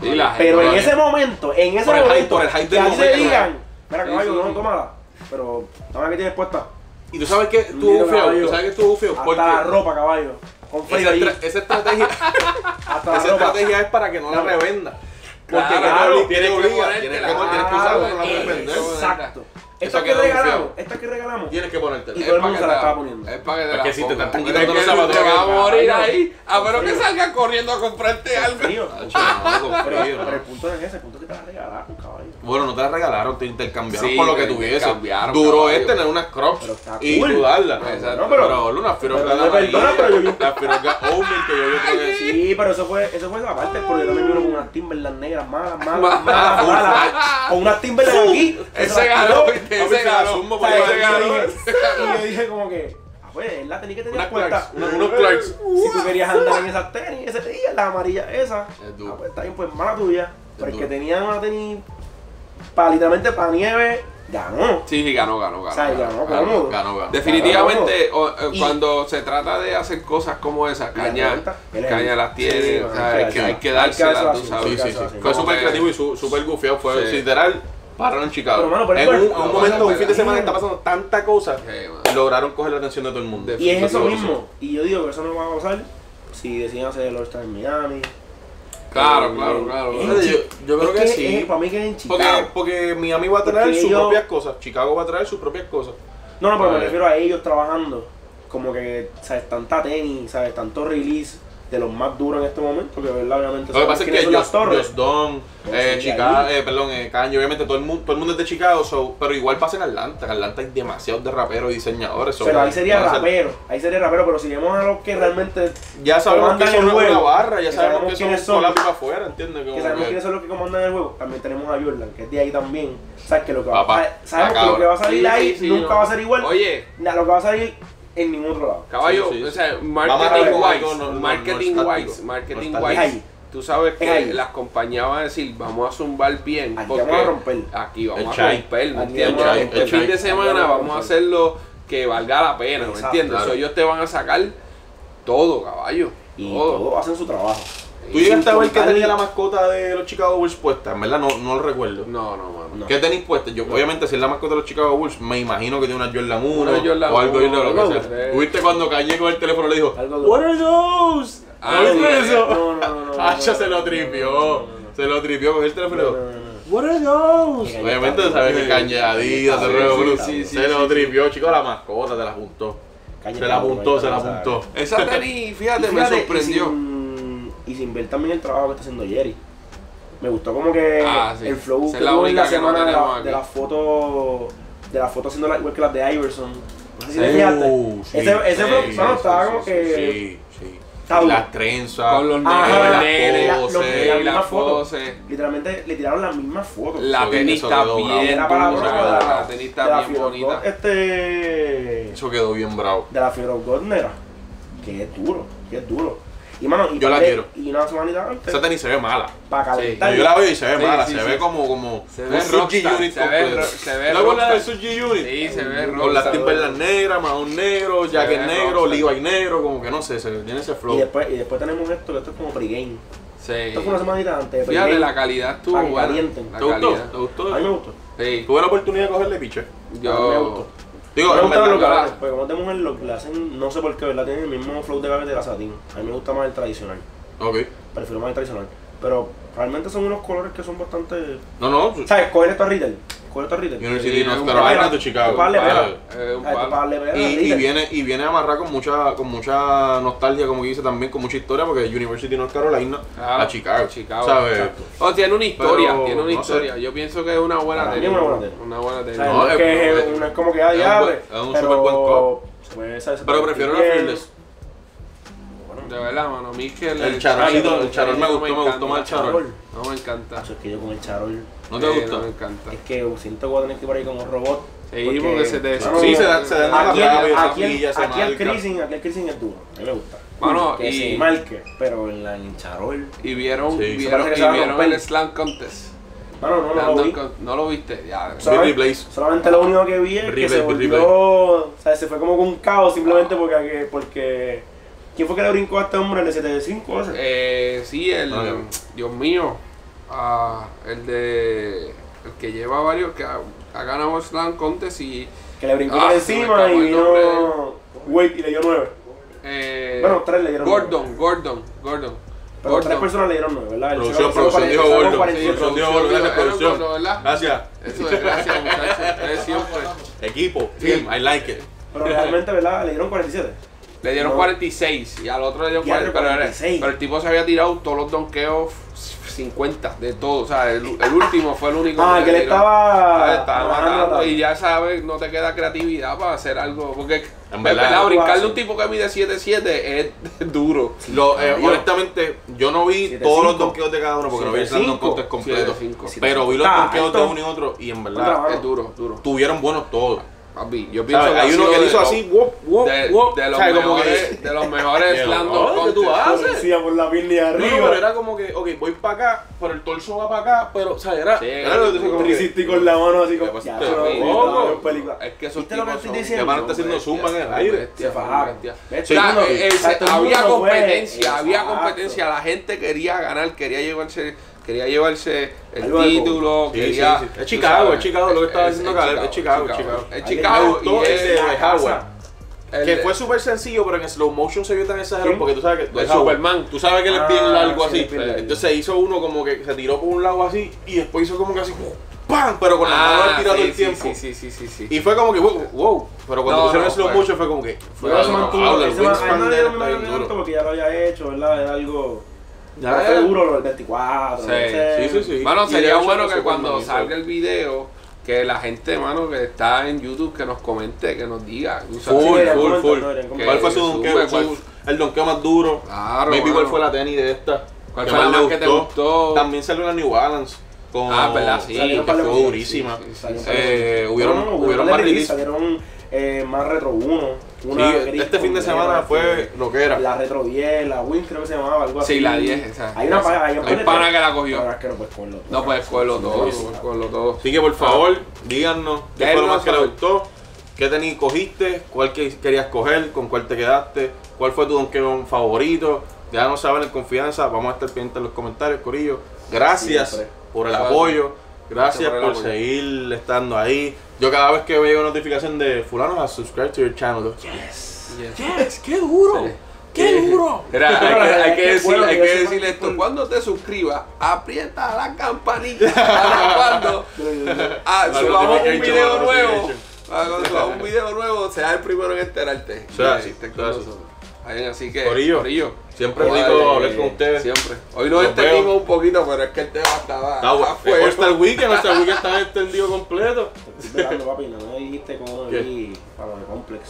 Sí, la gente- Pero en Vale. ese momento, en ese Por el hype, momento, por el hype que del así momento. digan, mira Sí, caballo, sí, no, sí. tómala. Pero, toma que tienes puesta. Y tú sabes que Mira, estuvo feo, caballo. tú sabes que estuvo feo Hasta porque la ropa, caballo. Con frío esa, ahí. estra- esa estrategia, <laughs> Hasta la esa ropa. estrategia es para que no la revenda. Porque Claro, claro, tienes tienes que que obligar, ponértela. tienes que pon- tienes que usarla, no la puedes vender. eh, Exacto. Eso Esta ha que quedado regalamos, feo. esta que regalamos. Tienes que Y ponértela. todo el pa' mundo que se la te estaba poniendo. Es para que te Es la que si te pongan. están Es quitando que los zapatos, Te que- vas a morir Ay, no. ahí. A menos que Frío. salgas corriendo a comprarte algo. <laughs> Frío. Hacho, no, Pero, Ah, frío, pero el no. punto no es ese, el punto es que te la regalaron, caballo. Bueno, no te la regalaron, te intercambiaron Sí, por lo que te tuviese. intercambiaron, Duro caballo. es tener unas crocs Pero está y cool. dudarla. Exacto. Pero, No, pero- boludo, una pero firocas me perdona, pero yo- La firocas Omen que yo vi otra vez. Sí, pero eso fue, eso fue esa parte, porque yo también vino con unas Timberland negras malas, malas, <laughs> Malas, malas, malas. Con unas Timberland aquí. eso Ese las ganó, tiró. viste, A mí ese se la ganó. zumbo O sea, porque Ese yo ganó. <laughs> yo dije- Y yo dije como que, ah, pues, él la tenía que tener Unas en cuenta. Clarks, una- unos Clarks. Si tú querías andar en esas tenis, ese día, la amarilla esa, Es duro. ah, pues está bien, pues mala tuya. Pero el duro. que tenía una tenis para literalmente para nieve, ganó. Sí, sí, ganó, ganó, ganó. O sea, ganó, ganó. ganó, ganó. Definitivamente, Ganó. o- o Y- cuando se trata de hacer cosas como esas, la Caña, reventa, él es Caña el- las tiene, Sí, o bueno, sea, hay hay que, que hay que dársela. Hay que dárselas, tú dársela, sabes. Sí, sí, Casi, sí. casi. Fue Como súper que- creativo y su- súper gufiado. Fue Sí. literal. Pararon en Chicago. Pero, mano, pero en igual- un, en un no, no, momento, no, un fin de no. semana está pasando tanta cosa. Sí, mano. Lograron coger la atención de todo el mundo. De- Y es eso Sí, mismo. Y yo digo que eso no va a pasar si deciden hacer el All-Star en Miami. Claro, Eh, claro, claro. eh, claro. Yo- yo creo Es que sí. es- para mí que es en Porque, Chicago. porque Miami va a traer Porque sus ellos- propias cosas. Chicago va a traer sus propias cosas. No, no, pero me Vale. refiero a ellos trabajando. Como que, ¿sabes? Tanta tenis, ¿sabes? Tanto release de los más duros en este momento. Que, ¿verdad? Obviamente, Lo que sabes pasa es quiénes que son Just, las torres. Just Don, Pues eh, sí, Chicago, ahí. eh, perdón, eh, Kanye, obviamente todo el, mundo, todo el mundo es de Chicago, so, pero igual pasa en Atlanta. En Atlanta hay demasiados de raperos y diseñadores. so, pero ahí sería van a ser- rapero. Ahí sería rapero. Pero si vemos a los que realmente. Ya sabemos Comandan que son el una juego. una barra, ya Que sabemos sabemos que quiénes son son. colapso para afuera, ¿entiendes? Como Que sabemos que- quiénes son los que comandan el juego. También tenemos a Jordan, que es de ahí también. ¿Sabes? Que lo que va, Papá, sabe- sabemos Está que lo que va a cabrón. salir Sí, ahí sí, sí, nunca no. va a ser igual. Oye, a lo que va a salir en ningún otro lado. Caballo, Sí, sí, sí. o sea, Vamos marketing a ver algo wise, no- no- no marketing estático. wise, marketing No estático. wise. Es ahí. Tú sabes Es que ahí. las compañías van a decir, vamos a zumbar bien. Aquí porque vamos a romper. Aquí El vamos a chai. romper, ¿me Aquí entiendes? vamos a Este romper. fin de Aquí semana vamos a vamos a romper. hacerlo que valga la pena, ¿me Exacto. entiendes? Claro. O sea, ellos te van a sacar todo, caballo. Y todo. todos hacen su trabajo. Tú llegaste a ver que tenía la mascota de los Chicago Bulls puesta, en verdad no, no lo recuerdo. No, no, mano. ¿Qué tenis puesta? Yo, Obviamente, si es la mascota de los Chicago Bulls, me imagino que tiene una Jordan 1 Una Jordan o algo de lo uno, que dos, sea. tres. ¿Viste cuando Kanye con el teléfono le dijo, Algo de- What are those? Ah, ¿No sí, viste sí. eso? No, no, no, no, no. Hacha se no, lo no, tripió. no, no, no, no. Se lo tripió con el teléfono. y No, dijo, no, no, no. What are those? Mira, Obviamente, ya está. sabes que Kanye Adidas, Sí, el Reo sí, Blue. sí, sí, Se lo tripió, chico, la mascota, te la juntó. Cállate, Se la apuntó, cabrón, se la cabrón, apuntó. Esa tenis, fíjate, Y me fíjate, Y sorprendió. sin, y sin ver también el trabajo que está haciendo Jerry. Me gustó como que Ah, sí. el flow Esa que es la tuvo en única la que no semana de, tenemos la, aquí. de las fotos, de las fotos haciendo la, igual que las de Iverson. No sé si te Sí. fijaste. Uh, sí, ese ese sí, flow, sí, mano, estaba sí, como sí, que... Sí, sí. Está bueno. Las trenzas. Con los la- negros, los Ajá, nenes, la- los los- negros, la y Eh, las misma foto. poses. Literalmente le tiraron las mismas fotos. La Sobre- tenis sobre está dos, bravo. bien Era para la dura, broma de la la- tenis de está la bien Fear of God, bonita. Este... Eso quedó bien bravo. de la Fear of God negra, que es duro, que es duro. Y mano, y Yo la ponle- quiero. Y una semanita antes, Esa tenis se ve mala. para calentar. Sí, Yo la veo y se ve Sí, mala, sí, se sí. ve como, como Se un ve Suji rockstar, Unit se ve completo. ro- se ve ¿No con la de rockstar. Suji Unit? Sí, se ve Con las rockstar. Timberland negras, mahón negro, jacket ve negro, rockstar. Levi negro, como que no sé, se tiene ese y, flow. después, y después tenemos esto, que esto es como pregame. Sí. Esto fue una semanita antes de Fíjate, pregame. la calidad estuvo Para que buena. calienten. La ¿Te gustó? calidad. ¿Te gustó? A mí me gustó. Sí. Tuve la oportunidad de cogerle piche. Yo... me gustó. Digo, me en gustan verdad, los la- garajes, porque como tenemos en los que le hacen, no sé por qué, ¿verdad? Tienen el mismo flow de garaje de la satín. A mí me gusta más el tradicional. Ok. Prefiero más el tradicional. Pero realmente son unos colores que son bastante. No, no, ¿Sabes? Coger esto a retail. Coger esto a retail. University Sí, of North un Carolina palo. de Chicago. Un palo, Vale. Eh, un ¿Sabes? Tú palo. pagarle, ¿verdad? Y, y Retail. viene y viene amarrado con mucha con mucha nostalgia, como que dice también, con mucha historia, porque University of North Carolina Claro, Ah, a Chicago. a Chicago, ¿sabes? exacto. Oh, tiene una historia, Pero, tiene una no sé. historia. Yo pienso que es una buena Para mí tenis. es una buena tenis. Una buena tenis. O sea, No, no es es- que es- es, una- es como que ah, es un diablo, buen- es un pero- superbuen cop. se puede- se- se Pero puede prefiero la sentir bien. Fearless. eh, De verdad, mano. A mí es que El charolito, el charol me no gustó, me gustó encanta. más el charol. charol. No me encanta. Macho, es que yo con el charol ¿No te Sí, eh, gusta? No me encanta. es que siento que voy a tener que ir por ahí como robot. Sí, porque, se te... Claro. Sí, se da- se da en la Aquí, rabia, el- esa aquí, el- pilla, esa aquí el marca. crising, aquí el crising es duro, a mí me gusta. Mano, que y- se marque, pero en la en el charol. Y vieron, Sí, se vieron, parece que y se va a vieron romper. el slam contest. Mano, no, no Slam lo vi. contest. No lo viste. Ya, Sí. Solamente- replay. Solamente lo único que vi es que se Replay, replay. volvió, o sea, se fue como con un caos simplemente porque, porque ¿quién fue que le brincó a este hombre el de 75 ese? Eh, sí, el. Ah, ya. Dios mío. ah, el de. El que lleva varios. Que ha, ha ganado el Slam Contest y Que le brincó Ah, por se me encima escapó y el vino Wade y le dio nueve. Eh, Bueno, tres le dieron Gordon, Gordon, Gordon. Pero tres personas le dieron nueve, ¿verdad? El Producción, Chicago sacó producción, dijo 40, sacó Gordon. 48. Producción, dijo Gordon. Gracias, Era Gordon, producción. ¿verdad? Gracias. Eso es, gracias muchachos. Ustedes siempre. Equipo, Sí. team, I like it. Pero realmente, ¿verdad? Le dieron 47. Le dieron No. 46 y al otro le dieron Y al 40, pero, era- 46. pero el tipo se había tirado todos los donkeos 50 de todo. O sea, el, el último fue el único Ah, le que le tiró. estaba. Ah, estaba bajando la matando tabla. y ya sabes, no te queda creatividad para hacer algo. Porque En en verdad. verdad, brincarle Guau. un tipo que mide 7'7 es <laughs> duro. Lo, eh, Dios. honestamente, yo no vi Siete, todos los cinco. donkeos de cada uno porque no vi el Siete, Slam Dunk cinco. Contest completo. Siete, cinco. Pero vi los Ah, donkeos de esto- uno y otro y en Otra verdad vara. Es duro, duro. tuvieron buenos todos. Papi, yo pienso ¿Sabes? que Hay ha uno sido que le de hizo los- así, wop, wop, De, wop. de los ¿Sabes? Como que- mejores, de los <laughs> mejores De slam los dunk mejores que tú contests. haces. Policía por la birria No, arriba. pero era como que, ok, voy para acá, pero el torso va para acá, pero, o sea, era... Sí, era lo que tú- como que- 360 con la mano así como. Ya, Ya, pues, eso no papi, es una loco. buena película. Es que esos ¿Viste lo que tipos estoy son- diciendo? que van a estar haciendo son zumba en el bestias, aire. son bestias, Se son fajaron. bestias. Ves, O sea, todo el mundo- eh, eh, o sea, todo el había mundo fue. competencia, había Exacto. competencia, la gente quería ganar, quería llevarse, quería llevarse el Algo de título, Sí, quería. sí, sí. Es tú Chicago, sabes, es Chicago, lo que estaba es- diciendo es Caleb, es Chicago, Es es Chicago Me gustó y ese de es- la Highway. casa. el- que fue súper sencillo, pero en slow motion se vio tan exagerado ¿Quién? porque tú sabes que. El Chavo, Superman. Tú sabes que él es Ah, bien largo sí, así. pues. es bien largo. Entonces se hizo uno como que se tiró por un lado así y después hizo como que así. ¡Pam! Pero con la mano Ah, al tirado sí, el sí, tiempo. sí, sí, sí, sí, sí. Y fue como que wow, wow. Pero cuando No, pusieron no, el slow fue- motion fue como que. fue Pero wow, se mantuvo, wow, el se mantuvo. wingspan Ahí no de le él dieron está mi bien mano tanto duro. porque ya lo había hecho, ¿verdad? Era algo. Ya, Pero fue ya. duro el 24. Sí. no Sí, sé. sí, sí. Mano, Y sería de hecho, bueno no sé que cuándo cuando hizo. salga el video, que la gente, mano, que está en YouTube, que nos comente, que nos diga. tú sabes. Full, deberían full, comentar, full. deberían comentar. ¿Cuál fue su Sube, donqueo? ¿cuál- Su- El donqueo más duro. Claro, Maybe cuál mano. fue la tenis de esta. ¿Cuál fue la más le que te gustó? También salió una New Balance. Con, Ah, verdad, sí. Que Salieron par de fue cosas, durísima. sí, sí, Salió sí. para el- Eh, hubieron- No, no, hubieron de más release, release. Salieron eh, más Retro 1. una Sí, gris este fin de con semana negro, fue lo que era. La Retro 10, la Win creo que se llamaba, algo así. Sí, la 10, esa. Hay una pa- hay un Hay par de pana tres. que la cogió. Pero es que no puedes cogerlo todo. No puedes cogerlo todo, Sí, sí. no puedes cogerlo todo. Así que por favor, díganos qué Déjenos fue lo más que le saber. gustó, qué tenis cogiste, cuál que querías coger, con cuál te quedaste, cuál fue tu donkeón favorito. Déjanos saber en confianza, vamos a estar pendientes en los comentarios, Corillo. Gracias Siempre. por el Claro. apoyo, gracias por el por apoyo. seguir estando ahí. Yo cada vez que veo una notificación de fulano, a subscribe to your channel. yo, Yes, Yes. yes, qué duro, qué duro. Mira, hay Pero la que, verdad hay es que que es decir, bueno hay que que yo sepa decirle que esto. fue- Cuando te suscribas, aprieta la <laughs> campanita para cuando ah, La subamos un notification, video la nuevo. notification. para Cuando subamos <laughs> un video nuevo, será el primero en enterarte. Eso es así, Estén eso con es así. nosotros. Ahí, Así que, Corillo, Siempre es Vale. rico hablar con ustedes. Siempre. Hoy nos Nos entendimos vemos. un poquito, pero es que el tema estaba. Está Ah, bueno. fue- Hoy está el weekend, hasta el weekend está extendido completo. Estoy esperando, papi, no me dijiste cómo ¿Qué? vi para el complex.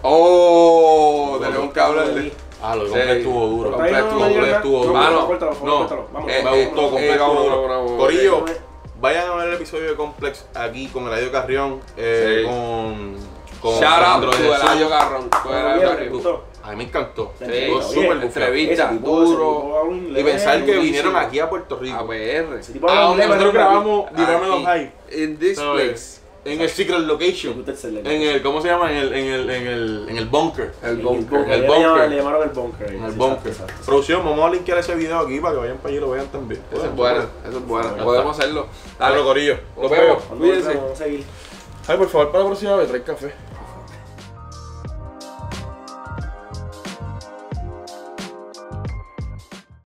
Oh, tenemos que hablar de. Ah, lo de Sí. completo estuvo duro. Completo Completo estuvo duro, estuvo duro. Mano, Mano, córtalo, no. córtalo, vamos, Eh, me vamos, gustó, eh, vamos. completo vamos, duro. vamos, vamos. Corillo, Eh, vayan a ver el episodio de Complex aquí con Eladio Carrión, eh, Sí. con, con Shout out Alejandro to de Jesús. Eladio Carrón. to Eladio Bien, Carrión. gustó. A mí me encantó. Sí, Estuvo oye, súper entrevista. entrevista. Pizza, Ese tipo- ese duro. tipo habla inglés, Y pensar que durísimo. vinieron aquí a Puerto Rico. A PR. Ese tipo habla Ah, inglés, nosotros pero- grabamos Divarme los Hype. In this place. En el Secret Me Location. gusta el celular. En el, ¿cómo se llama? En el, en el, en el, en el bunker. El En bunker. el Le bunker. llamaban- Le llamaron el bunker. En el Sí, bunker. exacto, exacto. Producción, vamos a linkear ese video aquí para que vayan para allí y lo vean también. Eso es Bueno, bueno, eso es bueno. está. Podemos hacerlo. Dale, Dale, corillo. nos vemos. Cuando Cuídense. volvamos, Vamos a seguir. Ay, por favor, para la próxima vez, trae café.